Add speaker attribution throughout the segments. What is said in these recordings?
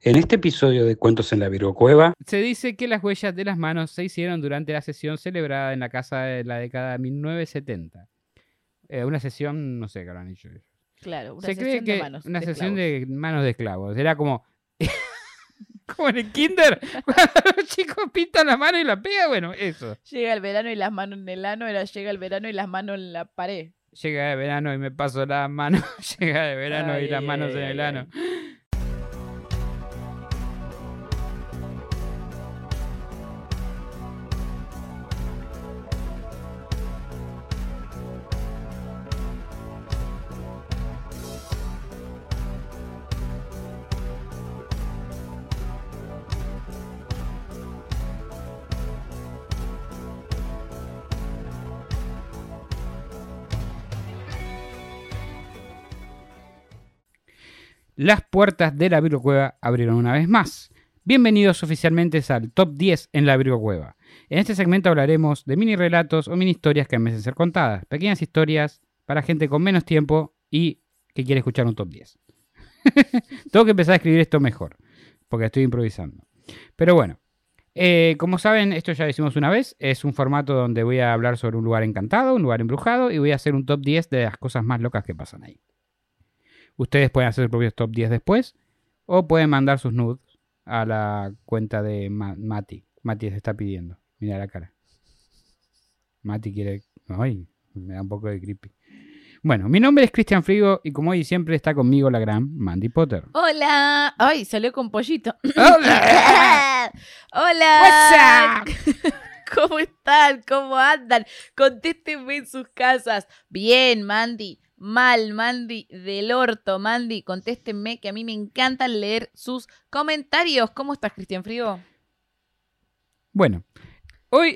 Speaker 1: En este episodio de Cuentos en la Virgocueva,
Speaker 2: Se dice que las huellas de las manos se hicieron durante la sesión celebrada en la casa de la década de 1970. Eh, una sesión, no sé qué habrán hecho ellos.
Speaker 3: Claro, una
Speaker 2: Se cree
Speaker 3: sesión
Speaker 2: que
Speaker 3: de manos.
Speaker 2: una
Speaker 3: de
Speaker 2: sesión
Speaker 3: esclavos.
Speaker 2: de manos de esclavos. Era como. como en el kinder, cuando los chicos pintan la mano y la pegan, bueno, eso.
Speaker 3: Llega el verano y las manos en el ano, era llega el verano y las manos en la pared.
Speaker 2: Llega de verano y me paso las manos. Llega de verano y
Speaker 3: Ay,
Speaker 2: las
Speaker 3: ay,
Speaker 2: manos
Speaker 3: ay,
Speaker 2: en
Speaker 3: ay,
Speaker 2: el
Speaker 3: ay.
Speaker 2: ano. Las puertas de la Virgocueva abrieron una vez más. Bienvenidos oficialmente al Top 10 en la Virgocueva. En este segmento hablaremos de mini relatos o mini historias que merecen ser contadas. Pequeñas historias para gente con menos tiempo y que quiere escuchar un Top 10. Tengo que empezar a escribir esto mejor, porque estoy improvisando. Pero bueno, eh, como saben, esto ya lo hicimos una vez. Es un formato donde voy a hablar sobre un lugar encantado, un lugar embrujado y voy a hacer un Top 10 de las cosas más locas que pasan ahí. Ustedes pueden hacer sus propios top 10 después. O pueden mandar sus nudes a la cuenta de Ma- Mati. Mati se está pidiendo. Mira la cara. Mati quiere. Ay, me da un poco de creepy. Bueno, mi nombre es Cristian Frigo y como hoy siempre está conmigo la gran Mandy Potter.
Speaker 3: Hola. Ay, salió con pollito.
Speaker 2: ¡Hola!
Speaker 3: Hola. ¿Cómo están? ¿Cómo andan? Contéstenme en sus casas. Bien, Mandy. Mal, Mandy, del orto, Mandy, contéstenme que a mí me encanta leer sus comentarios. ¿Cómo estás, Cristian Frigo?
Speaker 2: Bueno, hoy.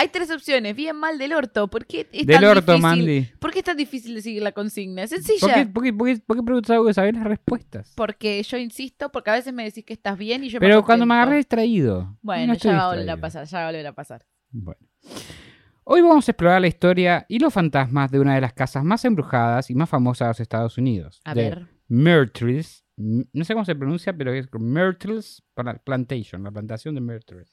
Speaker 3: Hay tres opciones, bien, mal, del orto. ¿Por qué es
Speaker 2: Del
Speaker 3: tan
Speaker 2: orto,
Speaker 3: difícil?
Speaker 2: Mandy.
Speaker 3: ¿Por qué es tan difícil de seguir la consigna? Es
Speaker 2: ¿Por
Speaker 3: sencilla.
Speaker 2: qué, por qué- por qué- por qué preguntas algo que sabés las respuestas?
Speaker 3: Porque yo insisto, porque a veces me decís que estás bien y yo
Speaker 2: Pero cuando me
Speaker 3: contento.
Speaker 2: agarré distraído.
Speaker 3: Bueno,
Speaker 2: No estoy
Speaker 3: ya va a volver a
Speaker 2: distraído.
Speaker 3: pasar, ya va a volver a pasar.
Speaker 2: Bueno. Hoy vamos a explorar la historia y los fantasmas de una de las casas más embrujadas y más famosas de los Estados Unidos.
Speaker 3: A
Speaker 2: de
Speaker 3: ver.
Speaker 2: Myrtles. M- No sé cómo se pronuncia, pero es Myrtles Pla- Plantation, la plantación de Myrtles.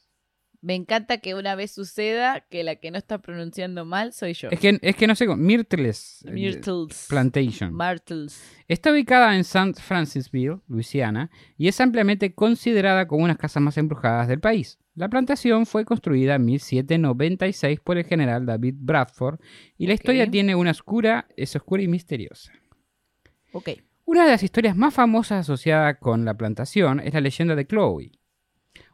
Speaker 3: Me encanta que una vez suceda que la que no está pronunciando mal soy yo.
Speaker 2: Es que, es que no sé cómo. Myrtles eh,
Speaker 3: Myrtles.
Speaker 2: Plantation.
Speaker 3: Myrtles.
Speaker 2: Está ubicada en St. Francisville, Luisiana, y es ampliamente considerada como una de las casas más embrujadas del país. La plantación fue construida en 1796 por el general David Bradford y la
Speaker 3: Ok.
Speaker 2: historia tiene una oscura, es oscura y misteriosa.
Speaker 3: Ok.
Speaker 2: Una de las historias más famosas asociada con la plantación es la leyenda de Chloe,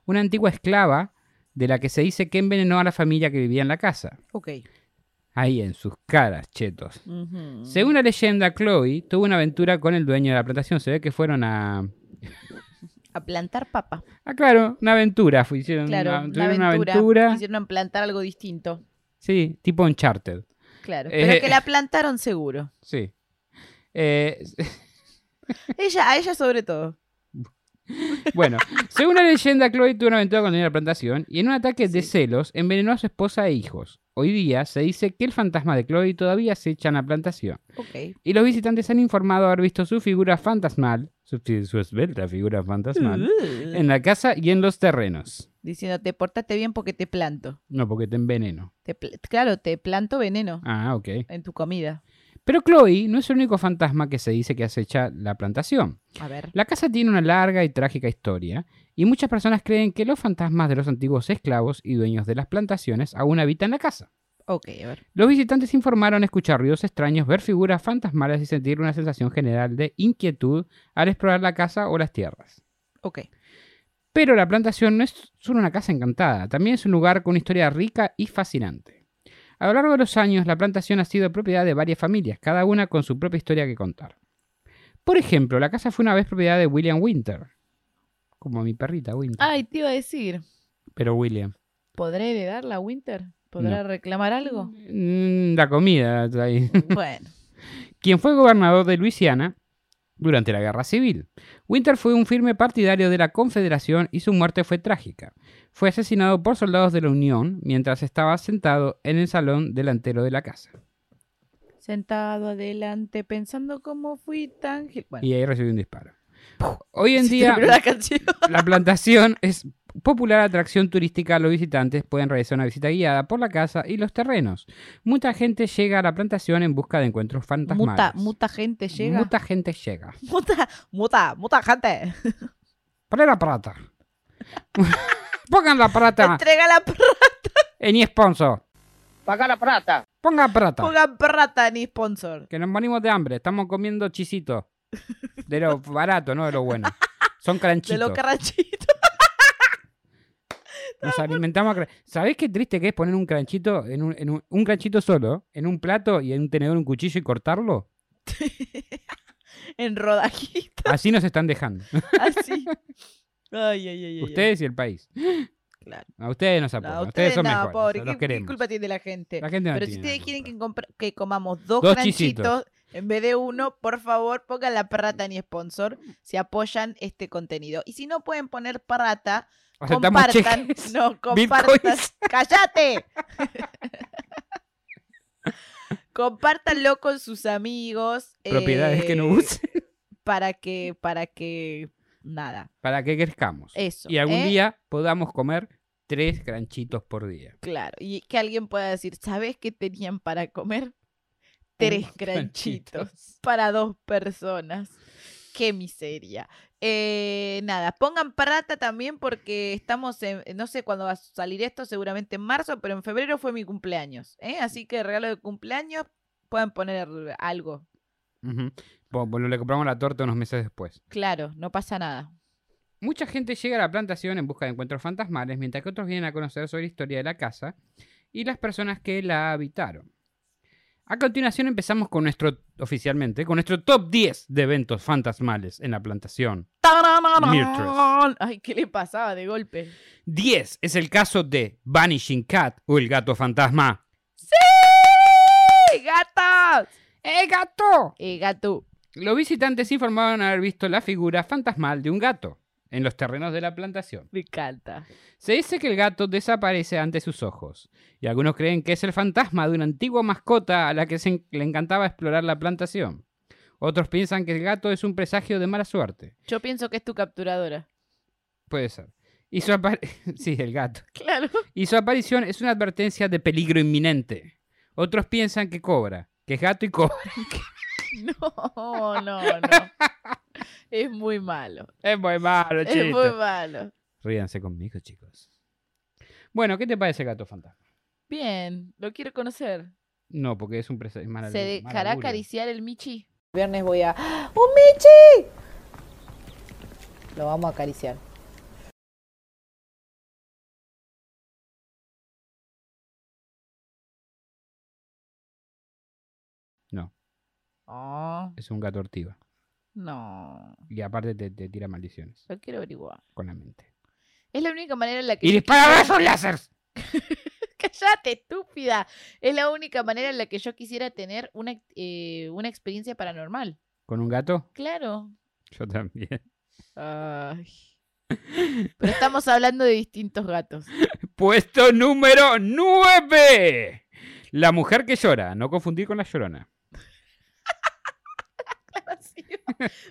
Speaker 2: una antigua esclava de la que se dice que envenenó a la familia que vivía en la casa.
Speaker 3: Ok.
Speaker 2: Ahí en sus caras, chetos.
Speaker 3: Ujú.
Speaker 2: Según la leyenda, Chloe tuvo una aventura con el dueño de la plantación. Se ve que fueron a.
Speaker 3: A plantar papa.
Speaker 2: Ah, claro, una aventura. Fue- Hicieron
Speaker 3: Claro,
Speaker 2: una,
Speaker 3: una
Speaker 2: tuvieron una
Speaker 3: aventura.
Speaker 2: aventura.
Speaker 3: Hicieron plantar algo distinto.
Speaker 2: Sí, tipo Uncharted.
Speaker 3: Claro.
Speaker 2: Eh.
Speaker 3: Pero que la plantaron seguro.
Speaker 2: Sí. Eh,
Speaker 3: Ella, a ella sobre todo.
Speaker 2: bueno, según la leyenda, Chloe tuvo una aventura con el dueño de la plantación y en un ataque de celos envenenó a su esposa e hijos. Hoy día se dice que el fantasma de Chloe todavía se echa en la plantación.
Speaker 3: Ok.
Speaker 2: Y los visitantes han informado haber visto su figura fantasmal, su, su esbelta figura fantasmal, en la casa y en los terrenos.
Speaker 3: Diciéndote, portate bien porque te planto.
Speaker 2: No, porque te enveneno.
Speaker 3: Te pl- claro, te planto veneno
Speaker 2: Ah, ok.
Speaker 3: en tu comida.
Speaker 2: Pero Chloe no es el único fantasma que se dice que acecha la plantación.
Speaker 3: A ver.
Speaker 2: La casa tiene una larga y trágica historia, y muchas personas creen que los fantasmas de los antiguos esclavos y dueños de las plantaciones aún habitan la casa.
Speaker 3: Ok, a ver.
Speaker 2: Los visitantes informaron escuchar ruidos extraños, ver figuras fantasmales y sentir una sensación general de inquietud al explorar la casa o las tierras.
Speaker 3: Ok.
Speaker 2: Pero la plantación no es solo una casa encantada, también es un lugar con una historia rica y fascinante. A lo largo de los años, la plantación ha sido propiedad de varias familias, cada una con su propia historia que contar. Por ejemplo, la casa fue una vez propiedad de William Winter. Como mi perrita, Winter.
Speaker 3: Ay, te iba a decir,
Speaker 2: Pero William.
Speaker 3: ¿podré heredarla, Winter? ¿Podrá reclamar algo?
Speaker 2: Mm, la comida. está ahí.
Speaker 3: bueno.
Speaker 2: quien fue gobernador de Luisiana durante la Guerra Civil. Winter fue un firme partidario de la Confederación y su muerte fue trágica. Fue asesinado por soldados de la Unión mientras estaba sentado en el salón delantero de la casa.
Speaker 3: Sentado adelante pensando cómo fui tan... gil- Bueno,
Speaker 2: Y ahí recibió un disparo. Hoy en
Speaker 3: Se
Speaker 2: día
Speaker 3: terminó la canción.
Speaker 2: la plantación es popular atracción turística. Los visitantes pueden realizar una visita guiada por la casa y los terrenos. Mucha gente llega a la plantación en busca de encuentros
Speaker 3: Muta,
Speaker 2: fantasmales.
Speaker 3: muta gente llega.
Speaker 2: Mucha gente llega.
Speaker 3: Muta, muta, muta gente.
Speaker 2: Poné la plata. Pongan la plata
Speaker 3: Entrega la plata.
Speaker 2: en eSponsor.
Speaker 4: Paga la plata.
Speaker 2: Ponga plata.
Speaker 3: Pongan plata en sponsor.
Speaker 2: Que nos morimos de hambre. Estamos comiendo chisitos. De lo barato, no de lo bueno. Son
Speaker 3: De
Speaker 2: cranchitos.
Speaker 3: los carranchitos.
Speaker 2: Nos alimentamos. a cra- ¿Sabés qué triste que es poner un cranchito en un, en un, un cranchito solo, en un plato y en un tenedor, un cuchillo y cortarlo?
Speaker 3: En rodajita.
Speaker 2: Así nos están dejando.
Speaker 3: Así. Ay, ay, ay, ay, ay.
Speaker 2: Ustedes y el país.
Speaker 3: Claro.
Speaker 2: A ustedes nos
Speaker 3: No,
Speaker 2: apoyan.
Speaker 3: ustedes,
Speaker 2: ustedes, son
Speaker 3: no,
Speaker 2: mejores.
Speaker 3: pobre,
Speaker 2: los
Speaker 3: ¿qué- ¿qué,
Speaker 2: queremos.
Speaker 3: culpa tiene la gente?
Speaker 2: La gente no
Speaker 3: Pero
Speaker 2: Ah,
Speaker 3: si
Speaker 2: tiene
Speaker 3: ustedes
Speaker 2: la
Speaker 3: quieren que,
Speaker 2: culpa.
Speaker 3: compre- que comamos dos,
Speaker 2: Dos
Speaker 3: cranchitos
Speaker 2: chisitos.
Speaker 3: en vez de uno, por favor pongan la plata en sponsor si apoyan este contenido. Y si no pueden poner plata,
Speaker 2: Aceptamos
Speaker 3: compartan.
Speaker 2: cheques.
Speaker 3: No, compartan.
Speaker 2: bitcoins.
Speaker 3: ¡Cállate! Compártanlo con sus amigos.
Speaker 2: Propiedades que no
Speaker 3: eh,
Speaker 2: usen.
Speaker 3: Para que, para que, nada,
Speaker 2: Para que crezcamos.
Speaker 3: eso.
Speaker 2: y algún
Speaker 3: ¿eh?
Speaker 2: día podamos comer tres cranchitos por día.
Speaker 3: Claro, y que alguien pueda decir, ¿sabes qué tenían para comer? Tres granchitos para dos personas. Qué miseria. Eh, nada, pongan plata también porque estamos en, no sé cuándo va a salir esto, seguramente en marzo, pero en febrero fue mi cumpleaños. ¿eh? Así que regalo de cumpleaños, pueden poner algo.
Speaker 2: Ujú. Bueno, bueno, le compramos la torta unos meses después.
Speaker 3: Claro, no pasa nada.
Speaker 2: Mucha gente llega a la plantación en busca de encuentros fantasmales, mientras que otros vienen a conocer sobre la historia de la casa y las personas que la habitaron. A continuación empezamos con nuestro, oficialmente, con nuestro top 10 de eventos fantasmales en la plantación. Murtress.
Speaker 3: Ay, ¿qué le pasaba de golpe?
Speaker 2: 10 es el caso de Vanishing Cat o el gato fantasma.
Speaker 3: ¡Eh, gatos!
Speaker 2: ¡El gato!
Speaker 3: Eh, gato.
Speaker 2: Los visitantes informaron haber visto la figura fantasmal de un gato en los terrenos de la plantación.
Speaker 3: Me encanta.
Speaker 2: Se dice que el gato desaparece ante sus ojos, y algunos creen que es el fantasma de una antigua mascota a la que se en- le encantaba explorar la plantación. Otros piensan que el gato es un presagio de mala suerte.
Speaker 3: Yo pienso que es tu capturadora.
Speaker 2: Puede ser. Y su apar- sí, el gato.
Speaker 3: Claro.
Speaker 2: Y su aparición es una advertencia de peligro inminente. Otros piensan que cobra, que es gato y cobra.
Speaker 3: No, no, no. Es muy malo.
Speaker 2: Es muy malo, chiste.
Speaker 3: Es muy malo.
Speaker 2: Ríanse conmigo, chicos. Bueno, ¿qué te parece el gato fantasma?
Speaker 3: Bien, lo quiero conocer.
Speaker 2: No, porque es un presagio. es mala-
Speaker 3: ¿Se
Speaker 2: mala
Speaker 3: dejará
Speaker 2: augurio.
Speaker 3: acariciar el Michi?
Speaker 5: Viernes voy a. ¡Ah! ¡Un Michi! Lo vamos a acariciar.
Speaker 3: No,
Speaker 2: Es un gato ortiva.
Speaker 3: Oh, no.
Speaker 2: Y aparte te, te tira maldiciones
Speaker 3: Lo quiero averiguar.
Speaker 2: con la mente.
Speaker 3: Es la única manera en la que.
Speaker 2: ¡Y dispara esos láseres!
Speaker 3: ¡Cállate, estúpida! Es la única manera en la que yo quisiera tener una, eh, una experiencia paranormal.
Speaker 2: ¿Con un gato?
Speaker 3: Claro.
Speaker 2: Yo también.
Speaker 3: Ay. Pero estamos hablando de distintos gatos.
Speaker 2: Puesto número 9. La mujer que llora, no confundir con la llorona.
Speaker 3: Así,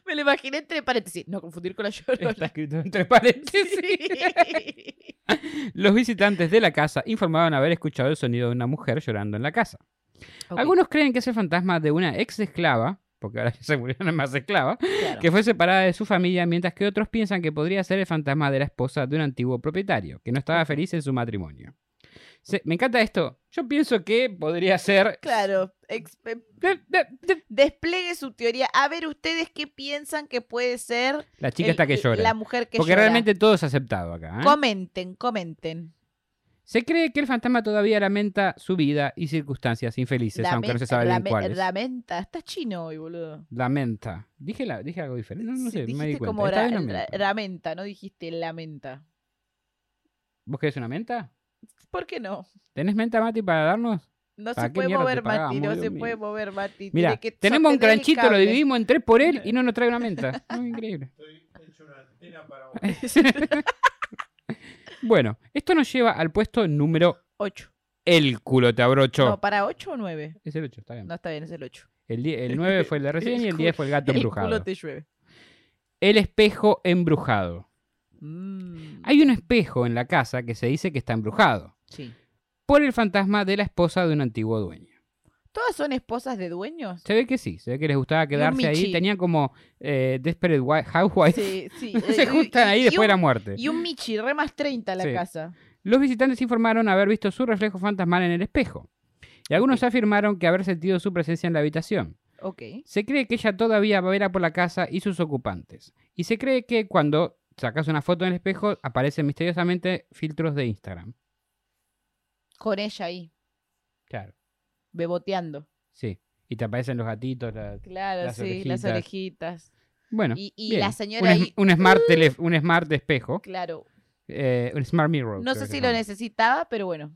Speaker 3: Me lo imaginé entre paréntesis. No confundir con la llorona.
Speaker 2: Está escrito entre paréntesis.
Speaker 3: Sí.
Speaker 2: Los visitantes de la casa informaban haber escuchado el sonido de una mujer llorando en la casa.
Speaker 3: Ok,
Speaker 2: Algunos creen que es el fantasma de una ex esclava, porque ahora ya se murieron más esclavas,
Speaker 3: claro.
Speaker 2: que fue separada de su familia, mientras que otros piensan que podría ser el fantasma de la esposa de un antiguo propietario, que no estaba feliz en su matrimonio. Se- me encanta esto. Yo pienso que podría ser...
Speaker 3: Claro, ex- eh, despliegue su teoría. A ver ustedes qué piensan que puede ser
Speaker 2: La chica
Speaker 3: el-
Speaker 2: está que llora.
Speaker 3: la mujer que
Speaker 2: porque
Speaker 3: llora.
Speaker 2: realmente todo es aceptado acá. ¿eh?
Speaker 3: Comenten, comenten.
Speaker 2: Se cree que el fantasma todavía lamenta su vida y circunstancias infelices, aunque no se sabe bien
Speaker 3: lame-
Speaker 2: cuáles.
Speaker 3: lamenta. Estás chino hoy, boludo.
Speaker 2: Lamenta. Dije, la- dije algo diferente. No, no
Speaker 3: Sí,
Speaker 2: sé, me di
Speaker 3: dijiste
Speaker 2: cuenta.
Speaker 3: como
Speaker 2: Esta
Speaker 3: ra-
Speaker 2: vez no me di
Speaker 3: ra-
Speaker 2: cuenta.
Speaker 3: ramenta, no dijiste lamenta.
Speaker 2: ¿Vos querés una menta?
Speaker 3: ¿Por qué no?
Speaker 2: ¿Tenés menta, Mati, para darnos?
Speaker 3: No
Speaker 2: ¿Para
Speaker 3: se
Speaker 2: qué
Speaker 3: puede
Speaker 2: mierda te
Speaker 3: mover,
Speaker 2: pagamos,
Speaker 3: Mati. No
Speaker 2: Dios
Speaker 3: se
Speaker 2: mío?
Speaker 3: puede mover, Mati.
Speaker 2: Mira,
Speaker 3: Tiene que
Speaker 2: tenemos un
Speaker 3: sostener el
Speaker 2: cranchito, lo
Speaker 3: cable.
Speaker 2: dividimos en tres por él y no nos trae una menta. Muy increíble. bueno, esto nos lleva al puesto número
Speaker 3: Ocho.
Speaker 2: el culo te abrocho.
Speaker 3: No, para ocho o nueve.
Speaker 2: Es el 8, está bien.
Speaker 3: No, está bien, es el ocho.
Speaker 2: El, 10 el 9 fue el de recién y el
Speaker 3: El
Speaker 2: 9 fue el gato
Speaker 3: El culo
Speaker 2: embrujado.
Speaker 3: te llueve.
Speaker 2: El espejo embrujado.
Speaker 3: Mm,
Speaker 2: Hay un espejo en la casa que se dice que está embrujado
Speaker 3: sí.
Speaker 2: por el fantasma de la esposa de un antiguo dueño.
Speaker 3: ¿Todas son esposas de dueños?
Speaker 2: Se ve que sí, se ve que les gustaba quedarse ahí.
Speaker 3: Michi.
Speaker 2: Tenían como eh, Desperate Wi- Housewives.
Speaker 3: Sí, sí.
Speaker 2: pues. se
Speaker 3: eh,
Speaker 2: juntan
Speaker 3: y-
Speaker 2: ahí
Speaker 3: y
Speaker 2: después de la
Speaker 3: un-
Speaker 2: muerte.
Speaker 3: Y un Michi, re más 30 la
Speaker 2: Sí.
Speaker 3: casa.
Speaker 2: Los visitantes informaron haber visto su reflejo fantasmal en el espejo. Y algunos afirmaron que haber sentido su presencia en la habitación.
Speaker 3: Ok.
Speaker 2: Se cree que ella todavía vela por la casa y sus ocupantes. Y se cree que cuando sacas una foto en el espejo aparecen misteriosamente filtros de Instagram.
Speaker 3: Con ella ahí,
Speaker 2: Claro,
Speaker 3: beboteando.
Speaker 2: sí. Y te aparecen los gatitos. la-
Speaker 3: Claro,
Speaker 2: Las
Speaker 3: sí, las orejitas.
Speaker 2: Bueno.
Speaker 3: Y, y
Speaker 2: bien.
Speaker 3: la
Speaker 2: un,
Speaker 3: señora
Speaker 2: es-
Speaker 3: ahí, uh,
Speaker 2: un smart tele- un smart espejo.
Speaker 3: claro.
Speaker 2: eh, un smart mirror.
Speaker 3: No
Speaker 2: creo
Speaker 3: sé
Speaker 2: que
Speaker 3: si
Speaker 2: se
Speaker 3: lo
Speaker 2: llama.
Speaker 3: necesitaba, pero bueno.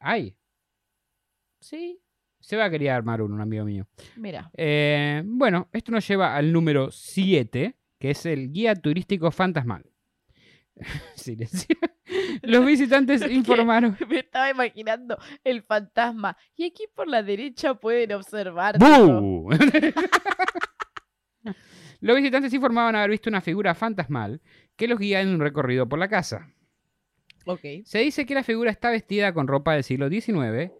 Speaker 2: Ay,
Speaker 3: Sí,
Speaker 2: se va a querer armar uno, un amigo mío.
Speaker 3: mira.
Speaker 2: Eh, bueno, esto nos lleva al número 7, que es el guía turístico fantasmal. Silencio. Los visitantes
Speaker 3: ¿Qué?
Speaker 2: informaron.
Speaker 3: Me estaba imaginando el fantasma. Y aquí por la derecha pueden observar.
Speaker 2: ¡Bú! los visitantes informaban haber visto una figura fantasmal que los guía en un recorrido por la casa.
Speaker 3: Ok.
Speaker 2: Se dice que la figura está vestida con ropa del siglo XIX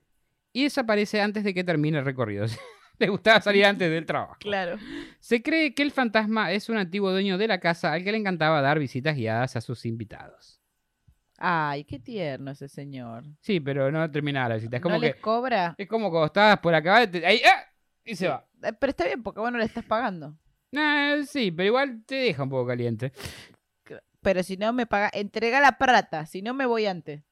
Speaker 2: y desaparece antes de que termine el recorrido. Le gustaba salir antes del trabajo.
Speaker 3: Claro.
Speaker 2: Se cree que el fantasma es un antiguo dueño de la casa al que le encantaba dar visitas guiadas a sus invitados.
Speaker 3: Ay, qué tierno ese señor.
Speaker 2: Sí, pero no terminaba la visita. Es como
Speaker 3: ¿No
Speaker 2: que
Speaker 3: les cobra?
Speaker 2: es como cuando estabas por acá te- ahí, ¡ah! y se va.
Speaker 3: Eh, Pero está bien porque vos no le estás pagando.
Speaker 2: Ah, sí, pero igual te deja un poco caliente.
Speaker 3: Pero si no me paga, entrega la plata. Si no me voy antes.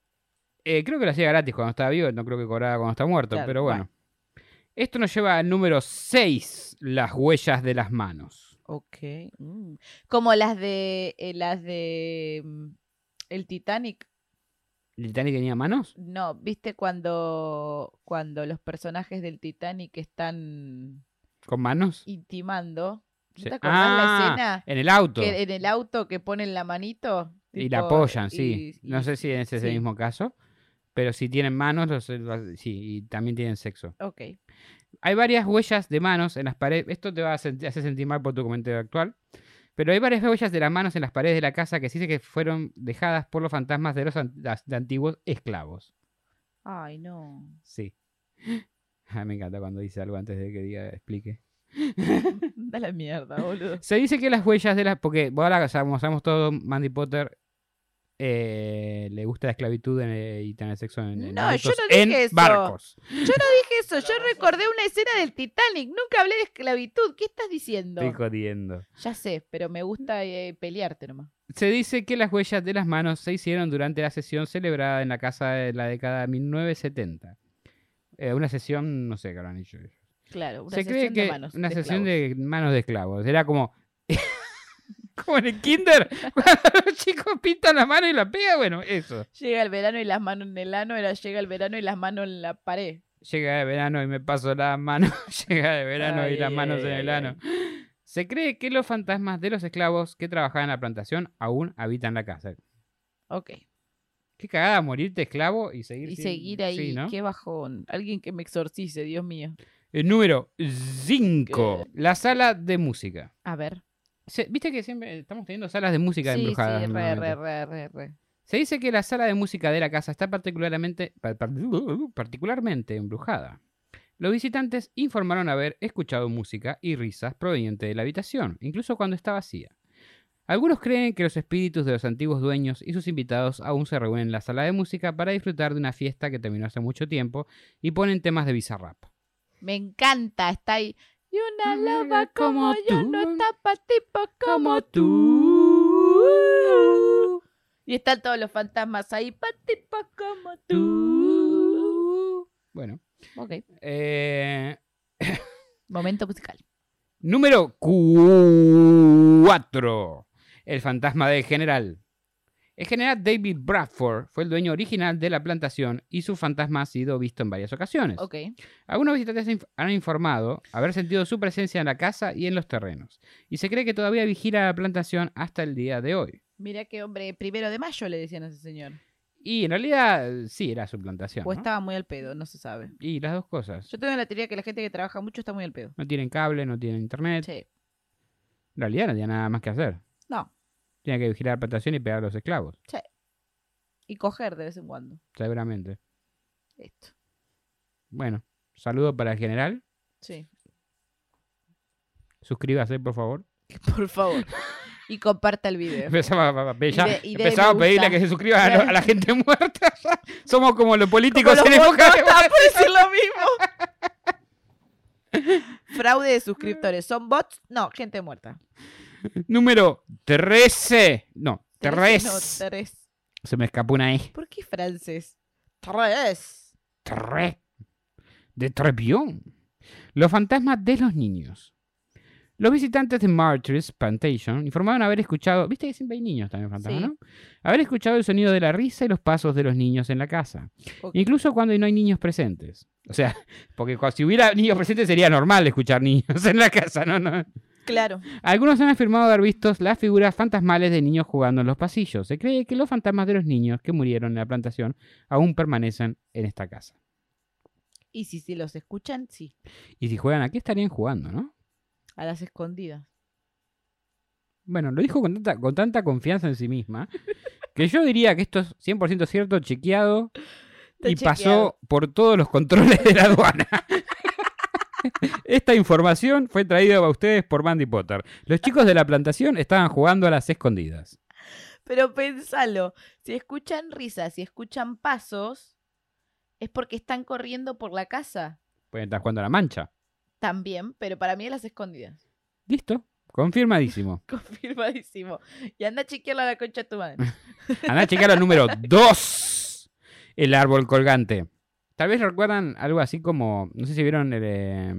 Speaker 2: Eh, creo que lo hacía gratis cuando estaba vivo, no creo que cobraba cuando está muerto,
Speaker 3: Claro,
Speaker 2: pero bueno. Esto nos lleva al número 6, las huellas de las manos.
Speaker 3: Ok. mm. Como las de. eh, las de. mm, El Titanic.
Speaker 2: ¿El Titanic tenía manos?
Speaker 3: No, ¿viste cuando. cuando los personajes del Titanic están
Speaker 2: ¿Con manos?
Speaker 3: intimando? ¿No
Speaker 2: Sí.
Speaker 3: te acordás la
Speaker 2: Ah,
Speaker 3: escena?
Speaker 2: En el auto.
Speaker 3: que en el auto que ponen la manito
Speaker 2: Y la
Speaker 3: tipo,
Speaker 2: apoyan, sí.
Speaker 3: y-
Speaker 2: no
Speaker 3: y-
Speaker 2: sé si en ese
Speaker 3: sí.
Speaker 2: mismo caso, pero si tienen manos, los- los- sí, y también tienen sexo.
Speaker 3: Ok.
Speaker 2: Hay varias huellas de manos en las paredes. Esto te va a sent- hacer sentir mal por tu comentario actual. Pero hay varias huellas de las manos en las paredes de la casa que se dice que fueron dejadas por los fantasmas de los an- las- de antiguos esclavos.
Speaker 3: Ay, no.
Speaker 2: Sí. Ah, me encanta cuando dice algo antes de que diga, explique.
Speaker 3: Da la mierda, boludo.
Speaker 2: Se dice que las huellas de las. Porque bueno, ahora sabemos, sabemos todo, Mandy Potter eh, le gusta la esclavitud en- eh, y tener sexo en, en
Speaker 3: No,
Speaker 2: autos,
Speaker 3: yo no dije
Speaker 2: en
Speaker 3: eso.
Speaker 2: barcos.
Speaker 3: Yo no dije eso, yo recordé una escena del Titanic. Nunca hablé de esclavitud. ¿Qué estás diciendo?
Speaker 2: Estoy jodiendo.
Speaker 3: Ya sé, pero me gusta eh, pelearte nomás.
Speaker 2: Se dice que las huellas de las manos se hicieron durante la sesión celebrada en la casa de la década de 1970. Eh, una sesión, no sé qué habrán hecho ellos.
Speaker 3: Claro, una
Speaker 2: se cree
Speaker 3: sesión
Speaker 2: que
Speaker 3: de manos.
Speaker 2: una
Speaker 3: de
Speaker 2: sesión
Speaker 3: esclavos.
Speaker 2: de manos de esclavos. Era como como en el kinder, cuando los chicos pintan la mano y la pegan, bueno, eso.
Speaker 3: Llega el verano y las manos en el ano, era llega el verano y las manos en la pared.
Speaker 2: Llega de verano y me paso las manos. Llega de verano
Speaker 3: Ay,
Speaker 2: y las
Speaker 3: ay,
Speaker 2: manos
Speaker 3: ay,
Speaker 2: en el
Speaker 3: ay,
Speaker 2: ano. Se cree que los fantasmas de los esclavos que trabajaban en la plantación aún habitan la casa.
Speaker 3: Ok.
Speaker 2: Qué cagada morirte esclavo y seguir
Speaker 3: Y
Speaker 2: sin-
Speaker 3: seguir ahí.
Speaker 2: sí, ¿no?
Speaker 3: Qué bajón. Alguien que me exorcice, Dios mío.
Speaker 2: El número 5. La sala de música.
Speaker 3: A ver.
Speaker 2: Se- Viste que siempre estamos teniendo salas de música
Speaker 3: sí, sí,
Speaker 2: embrujadas.
Speaker 3: re,
Speaker 2: nuevamente.
Speaker 3: re, re, re, re.
Speaker 2: Se dice que la sala de música de la casa está particularmente, par- par- particularmente embrujada. Los visitantes informaron haber escuchado música y risas provenientes de la habitación, incluso cuando está vacía. Algunos creen que los espíritus de los antiguos dueños y sus invitados aún se reúnen en la sala de música para disfrutar de una fiesta que terminó hace mucho tiempo y ponen temas de bizarrap.
Speaker 3: Me encanta, está ahí. Y una
Speaker 2: Una
Speaker 3: loba
Speaker 2: loba como
Speaker 3: como yo
Speaker 2: tú.
Speaker 3: no tapa tipo como tú.
Speaker 2: tú,
Speaker 3: Y están todos los fantasmas ahí, pa tipo como tú.
Speaker 2: Bueno,
Speaker 3: Ok,
Speaker 2: eh,
Speaker 3: momento musical.
Speaker 2: Número 4. El fantasma del general. El general David Bradford fue el dueño original de la plantación y su fantasma ha sido visto en varias ocasiones.
Speaker 3: Ok.
Speaker 2: Algunos visitantes inf- han informado haber sentido su presencia en la casa y en los terrenos, y se cree que todavía vigila la plantación hasta el día de hoy.
Speaker 3: Mira qué hombre, primero de mayo le decían a ese señor.
Speaker 2: Y en realidad sí era su plantación.
Speaker 3: O
Speaker 2: ¿no?
Speaker 3: estaba muy al pedo, no se sabe.
Speaker 2: Y las dos cosas.
Speaker 3: Yo tengo la teoría que la gente que trabaja mucho está muy al pedo.
Speaker 2: Eh. No tienen cable, no tienen internet.
Speaker 3: Sí.
Speaker 2: En realidad no tenía nada más que hacer.
Speaker 3: No.
Speaker 2: Tenía que vigilar la plantación y pegar a los esclavos,
Speaker 3: Y coger de vez en cuando.
Speaker 2: seguramente.
Speaker 3: Esto.
Speaker 2: Bueno, saludo para el general.
Speaker 3: Sí.
Speaker 2: Suscríbase, por favor.
Speaker 3: Por favor. Y comparta el video.
Speaker 2: Empezamos a, a- a- ya
Speaker 3: Eh, Y de- y de
Speaker 2: empezamos a
Speaker 3: me
Speaker 2: pedirle
Speaker 3: gusta.
Speaker 2: que se suscriba a, lo- a la gente muerta. Somos como los políticos
Speaker 3: Como
Speaker 2: en
Speaker 3: los
Speaker 2: época de
Speaker 3: botas, por decir lo mismo. Fraude de suscriptores. ¿Son bots? No, gente muerta.
Speaker 2: Número 13. No,
Speaker 3: No,
Speaker 2: 3.
Speaker 3: tres.
Speaker 2: Se me escapó una E.
Speaker 3: ¿Por qué francés? Tres.
Speaker 2: 3. De Trepión. Los fantasmas de los niños. Los visitantes de Martyrs Plantation informaron haber escuchado. Viste que siempre hay niños también fantasmas,
Speaker 3: Sí.
Speaker 2: ¿no? Haber escuchado el sonido de la risa y los pasos de los niños en la casa.
Speaker 3: Ok.
Speaker 2: Incluso cuando no hay niños presentes. O sea, porque cua- si hubiera niños presentes sería normal escuchar niños en la casa, ¿no? no
Speaker 3: Claro.
Speaker 2: Algunos han afirmado haber visto las figuras fantasmales de niños jugando en los pasillos. Se cree que los fantasmas de los niños que murieron en la plantación aún permanecen en esta casa.
Speaker 3: Y si, si los escuchan, sí.
Speaker 2: Y si juegan, ¿a qué estarían jugando, no?
Speaker 3: A las escondidas.
Speaker 2: Bueno, lo dijo con tanta, con tanta confianza en sí misma que yo diría que esto es 100% cierto, chequeado
Speaker 3: Está
Speaker 2: y
Speaker 3: chequeado.
Speaker 2: pasó por todos los controles de la aduana. Esta información fue traída a ustedes por Mandy Potter. Los chicos de la plantación estaban jugando a las escondidas.
Speaker 3: Pero pensalo. Si escuchan risas, si escuchan pasos, es porque están corriendo por la casa.
Speaker 2: Pueden estar jugando a la mancha.
Speaker 3: También, pero para mí a las escondidas.
Speaker 2: Listo, confirmadísimo.
Speaker 3: Confirmadísimo. Y anda a chequearlo a la concha de tu madre.
Speaker 2: Andá a checar el número 2. El árbol colgante. Tal vez recuerdan algo así como. No sé si vieron el, eh,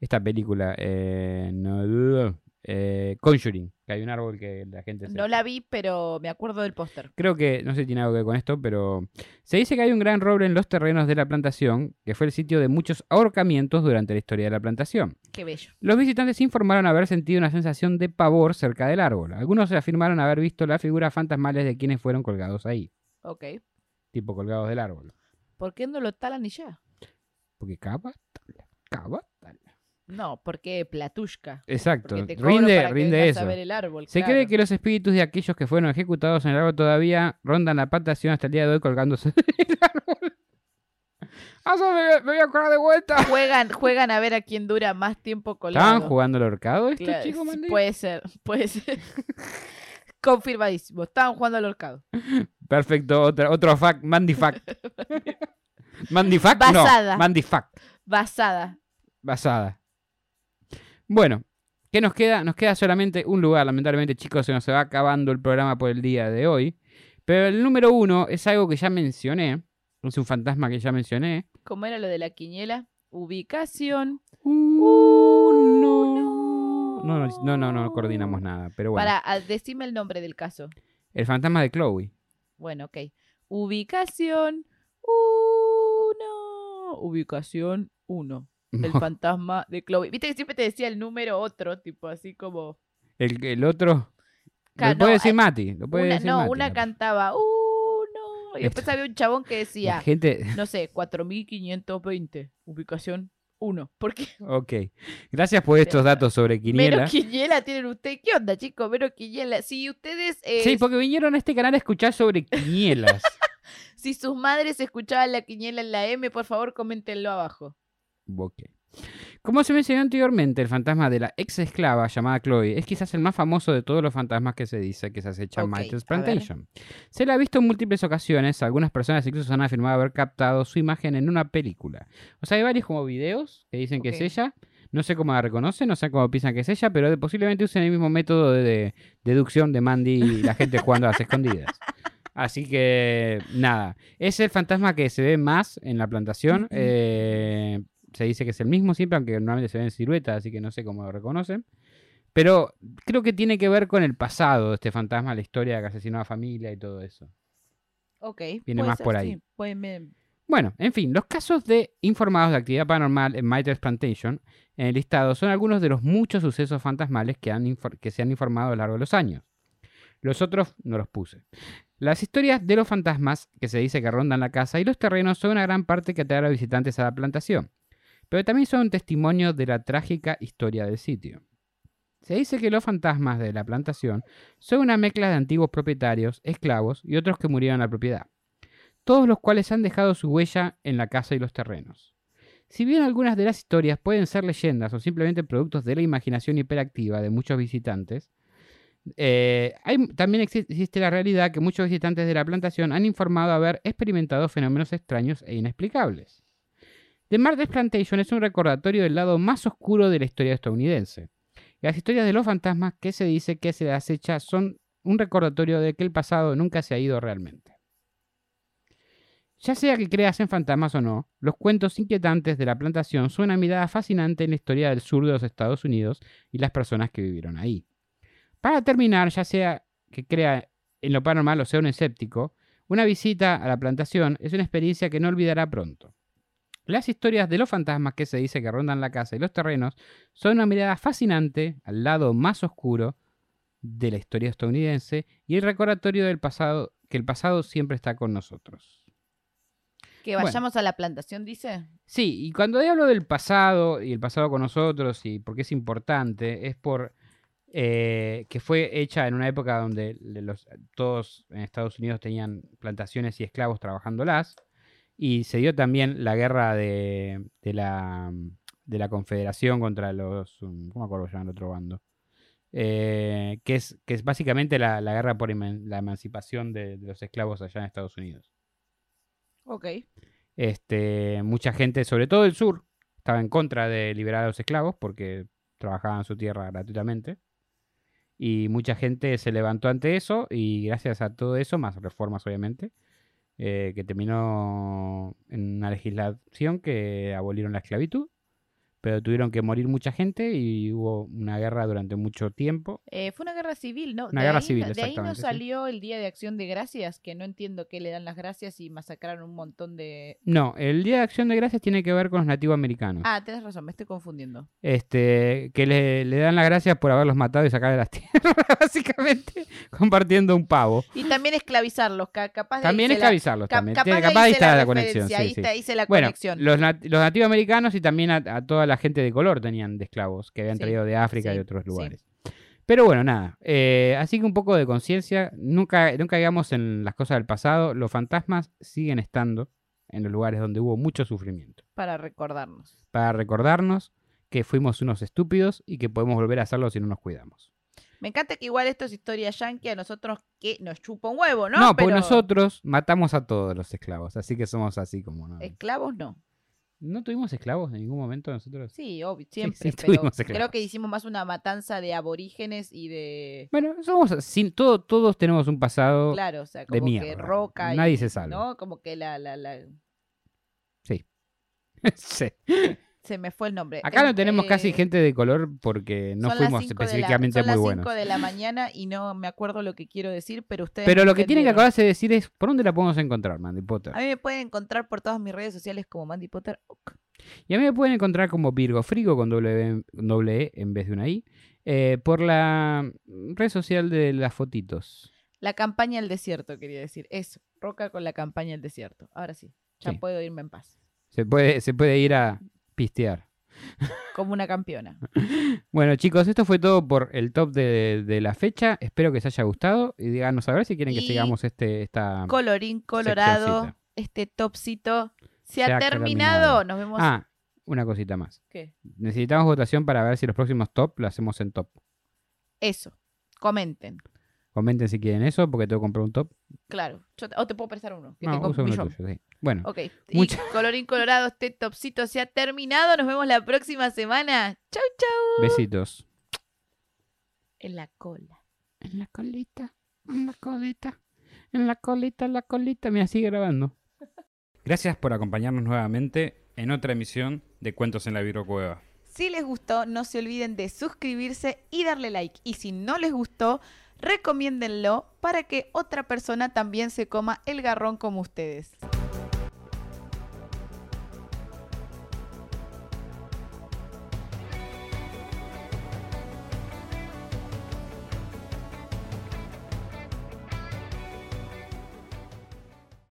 Speaker 2: esta película. eh, no dudo. eh, Conjuring. Que hay un árbol que la gente. se-
Speaker 3: No la vi, pero me acuerdo del póster.
Speaker 2: Creo que. No sé si tiene algo que ver con esto, pero. Se dice que hay un gran roble en los terrenos de la plantación. Que fue el sitio de muchos ahorcamientos durante la historia de la plantación.
Speaker 3: Qué bello.
Speaker 2: Los visitantes informaron haber sentido una sensación de pavor cerca del árbol. Algunos afirmaron haber visto las figuras fantasmales de quienes fueron colgados ahí.
Speaker 3: Ok.
Speaker 2: tipo colgados del árbol.
Speaker 3: ¿Por qué no lo talan y ya?
Speaker 2: Porque cava, tala, cava, tala.
Speaker 3: No, porque platushka.
Speaker 2: Exacto,
Speaker 3: Porque te cobro
Speaker 2: rinde,
Speaker 3: para que
Speaker 2: rinde
Speaker 3: vengas a
Speaker 2: eso.
Speaker 3: ver el árbol,
Speaker 2: Se
Speaker 3: claro.
Speaker 2: cree que los espíritus de aquellos que fueron ejecutados en el árbol todavía rondan la plantación hasta el día de hoy colgándose del árbol. ¡Ah, eso me, me voy a acordar de vuelta!
Speaker 3: juegan, juegan a ver a quién dura más tiempo colgado.
Speaker 2: ¿Estaban jugando al horcado estos
Speaker 3: Claro,
Speaker 2: chicos,
Speaker 3: sí, pues.
Speaker 2: Mandy?
Speaker 3: Puede ser, puede ser. Confirmadísimo. Estaban jugando al horcado.
Speaker 2: Perfecto, otra- otro fact, Mandy fact. Mandy fact,
Speaker 3: Basada.
Speaker 2: no, Mandy fact.
Speaker 3: Basada.
Speaker 2: basada. Bueno, ¿qué nos queda? Nos queda solamente un lugar. Lamentablemente, chicos, se nos va acabando el programa por el día de hoy. Pero el número uno es algo que ya mencioné. Es un fantasma que ya mencioné.
Speaker 3: ¿Cómo era lo de la quiniela? Ubicación.
Speaker 2: Uno. No, no, no, no, no coordinamos nada. Pero bueno.
Speaker 3: Para, ah, decime el nombre del caso.
Speaker 2: El fantasma de Chloe.
Speaker 3: Bueno, ok. Ubicación 1. Ubicación 1. El
Speaker 2: No,
Speaker 3: fantasma de Chloe. Viste que siempre te decía el número otro, tipo así como.
Speaker 2: El, el otro.
Speaker 3: Ca-
Speaker 2: Lo puede
Speaker 3: no,
Speaker 2: decir
Speaker 3: eh,
Speaker 2: Mati. Lo puede
Speaker 3: Una,
Speaker 2: decir
Speaker 3: no,
Speaker 2: Mati.
Speaker 3: una cantaba uno. Y después
Speaker 2: Esto-
Speaker 3: había un chabón que
Speaker 2: La
Speaker 3: decía,
Speaker 2: gente.
Speaker 3: no sé, 4520, ubicación 1. ¿Por qué?
Speaker 2: Ok. Gracias por estos datos sobre Quiniela.
Speaker 3: Menos quiniela tienen ustedes. ¿Qué onda, chicos? Menos quiniela. Si ustedes. eh,
Speaker 2: Sí, porque vinieron a este canal a escuchar sobre Quinielas.
Speaker 3: Si sus madres escuchaban la quiniela en la M, por favor, coméntenlo abajo.
Speaker 2: Ok. Como se mencionó anteriormente, el fantasma de la ex esclava llamada Chloe es quizás el más famoso de todos los fantasmas que se dice que se acecha en
Speaker 3: Ok,
Speaker 2: Martyr's
Speaker 3: a ver.
Speaker 2: Plantation. Se le ha visto en múltiples ocasiones, algunas personas incluso han afirmado haber captado su imagen en una película. O sea, hay varios como videos que dicen que
Speaker 3: Ok.
Speaker 2: es ella. No sé cómo la reconocen, no sé cómo piensan que es ella, pero posiblemente usen el mismo método de, de- deducción de Mandy y la gente jugando a las escondidas. Así que, nada. Es el fantasma que se ve más en la plantación. eh, se dice que es el mismo siempre, aunque normalmente se ve en silueta, así que no sé cómo lo reconocen. Pero creo que tiene que ver con el pasado de este fantasma, la historia que asesinó a familia y todo eso.
Speaker 3: Ok.
Speaker 2: Viene
Speaker 3: puede
Speaker 2: más por ahí.
Speaker 3: sí, puede- me-
Speaker 2: Bueno, en fin, los casos de informados de actividad paranormal en Mitre Plantation en el listado son algunos de los muchos sucesos fantasmales que, han infor- que se han informado a lo largo de los años. Los otros no los puse. Las historias de los fantasmas que se dice que rondan la casa y los terrenos son una gran parte que atrae a visitantes a la plantación, pero también son un testimonio de la trágica historia del sitio. Se dice que los fantasmas de la plantación son una mezcla de antiguos propietarios, esclavos y otros que murieron en la propiedad, todos los cuales han dejado su huella en la casa y los terrenos. Si bien algunas de las historias pueden ser leyendas o simplemente productos de la imaginación hiperactiva de muchos visitantes, eh, hay- también exi- existe la realidad que muchos visitantes de la plantación han informado haber experimentado fenómenos extraños e inexplicables. The Martes Plantation es un recordatorio del lado más oscuro de la historia estadounidense. Las historias de los fantasmas que se dice que se acecha son un recordatorio de que el pasado nunca se ha ido realmente. Ya sea que creas en fantasmas o no, los cuentos inquietantes de la plantación son una mirada fascinante en la historia del sur de los Estados Unidos y las personas que vivieron ahí. Para terminar, ya sea que crea en lo paranormal o sea un escéptico, una visita a la plantación es una experiencia que no olvidará pronto. Las historias de los fantasmas que se dice que rondan la casa y los terrenos son una mirada fascinante al lado más oscuro de la historia estadounidense y el recordatorio del pasado que el pasado siempre está con nosotros.
Speaker 3: Que
Speaker 2: Bueno.
Speaker 3: vayamos a la plantación, dice.
Speaker 2: Sí, y cuando hablo del pasado y el pasado con nosotros y por qué es importante, es por eh, que fue hecha en una época donde le- los, todos en Estados Unidos tenían plantaciones y esclavos trabajándolas, y se dio también la guerra de, de la, de la Confederación contra los... um, ¿Cómo me acuerdo que se llama el otro bando? Eh, que, es, que es básicamente la, la guerra por eman- la emancipación de- de los esclavos allá en Estados Unidos.
Speaker 3: Ok.
Speaker 2: Este, mucha gente, sobre todo del sur, estaba en contra de liberar a los esclavos porque trabajaban su tierra gratuitamente. Y mucha gente se levantó ante eso y gracias a todo eso, más reformas obviamente, eh, que terminó en una legislación que abolieron la esclavitud, pero tuvieron que morir mucha gente y hubo una guerra durante mucho tiempo.
Speaker 3: Eh, fue una guerra civil, ¿no?
Speaker 2: Una
Speaker 3: de
Speaker 2: guerra
Speaker 3: ahí,
Speaker 2: civil,
Speaker 3: De ahí no
Speaker 2: exactamente, sí.
Speaker 3: salió el Día de Acción de Gracias, que no entiendo qué le dan las gracias y masacraron un montón de...
Speaker 2: No, el Día de Acción de Gracias tiene que ver con los nativos americanos.
Speaker 3: Ah, tenés razón, me estoy confundiendo.
Speaker 2: este, que le, le dan las gracias por haberlos matado y sacar de las tierras, básicamente, compartiendo un pavo.
Speaker 3: Y también esclavizarlos, ca- capaz de...
Speaker 2: También
Speaker 3: hice
Speaker 2: es
Speaker 3: la-
Speaker 2: avisarlos,
Speaker 3: ca-
Speaker 2: también.
Speaker 3: capaz
Speaker 2: Tiene-
Speaker 3: de
Speaker 2: capaz ahí
Speaker 3: hice
Speaker 2: está la
Speaker 3: referencia,
Speaker 2: conexión.
Speaker 3: Ahí
Speaker 2: sí, sí.
Speaker 3: está, hice la
Speaker 2: Bueno,
Speaker 3: conexión.
Speaker 2: los, nat- los nativos americanos y también a, a toda la gente de color tenían de esclavos que habían
Speaker 3: Sí,
Speaker 2: traído de África y
Speaker 3: sí,
Speaker 2: de otros
Speaker 3: sí.
Speaker 2: lugares. Pero bueno, nada. eh, así que un poco de conciencia. Nunca, nunca caigamos en las cosas del pasado. Los fantasmas siguen estando en los lugares donde hubo mucho sufrimiento
Speaker 3: Para recordarnos.
Speaker 2: para recordarnos que fuimos unos estúpidos y que podemos volver a hacerlo si no nos cuidamos.
Speaker 3: Me encanta que igual esto es historia yankee a nosotros que nos chupa un huevo, ¿no?
Speaker 2: No, porque
Speaker 3: Pero
Speaker 2: nosotros matamos a todos los esclavos, así que somos así como no.
Speaker 3: Esclavos no.
Speaker 2: ¿No tuvimos esclavos en ningún momento nosotros?
Speaker 3: Sí, obvio, siempre.
Speaker 2: sí,
Speaker 3: pero
Speaker 2: tuvimos
Speaker 3: creo
Speaker 2: esclavos.
Speaker 3: que hicimos más una matanza de aborígenes y de...
Speaker 2: Bueno, somos así, todo, todos tenemos un pasado.
Speaker 3: Claro, o sea, como que
Speaker 2: mierda.
Speaker 3: roca y-
Speaker 2: Nadie se salva.
Speaker 3: ¿No? Como que la... la, la...
Speaker 2: Sí.
Speaker 3: Se me fue el nombre.
Speaker 2: Acá no
Speaker 3: Em,
Speaker 2: tenemos casi
Speaker 3: eh,
Speaker 2: gente de color porque no
Speaker 3: son las
Speaker 2: fuimos
Speaker 3: cinco de la-
Speaker 2: específicamente
Speaker 3: son
Speaker 2: muy
Speaker 3: las
Speaker 2: buenos.
Speaker 3: 5 de la mañana y no me acuerdo lo que quiero decir, pero ustedes.
Speaker 2: Pero
Speaker 3: me
Speaker 2: lo que tienen que
Speaker 3: entendieron.
Speaker 2: acabarse de decir es ¿por dónde la podemos encontrar, Mandy Potter?
Speaker 3: A mí me pueden encontrar por todas mis redes sociales como Mandy Potter. Ok.
Speaker 2: Y a mí me pueden encontrar como Virgo Frigo con doble, en- doble E en vez de una I eh, por la mm, red social de las fotitos.
Speaker 3: La campaña del desierto, quería decir. Eso. Roca con la campaña del desierto. Ahora sí. Ya
Speaker 2: Sí.
Speaker 3: puedo irme en paz.
Speaker 2: Se puede, se puede ir a pistear.
Speaker 3: Como una campeona.
Speaker 2: Ah, Bueno, chicos, esto fue todo por el top de, de la fecha. Espero que les haya gustado y díganos a ver si quieren que
Speaker 3: Y
Speaker 2: sigamos este esta.
Speaker 3: Colorín colorado.
Speaker 2: Seccioncita.
Speaker 3: Este topsito se,
Speaker 2: Se
Speaker 3: ha
Speaker 2: ha
Speaker 3: terminado.
Speaker 2: terminado.
Speaker 3: Nos vemos.
Speaker 2: Ah, una cosita más.
Speaker 3: ¿Qué?
Speaker 2: Necesitamos votación para ver si los próximos top lo hacemos en top.
Speaker 3: Eso. Comenten.
Speaker 2: Comenten si quieren eso, porque tengo que comprar un top.
Speaker 3: Claro. Yo te- o te puedo prestar uno. Que
Speaker 2: No,
Speaker 3: tengo
Speaker 2: usa
Speaker 3: un
Speaker 2: uno
Speaker 3: millón.
Speaker 2: tuyo, sí. Bueno,
Speaker 3: Ok.
Speaker 2: Mucha-
Speaker 3: Y colorín colorado, este topsito se ha terminado. Nos vemos la próxima semana. Chau, chau.
Speaker 2: besitos.
Speaker 3: En la cola.
Speaker 2: En la colita, en la colita, en la colita, en la colita. Mira, sigue grabando. Gracias por acompañarnos nuevamente en otra emisión de Cuentos en la Virocueva.
Speaker 3: Si les gustó, no se olviden de suscribirse y darle like. Y si no les gustó, recomiéndenlo para que otra persona también se coma el garrón como ustedes.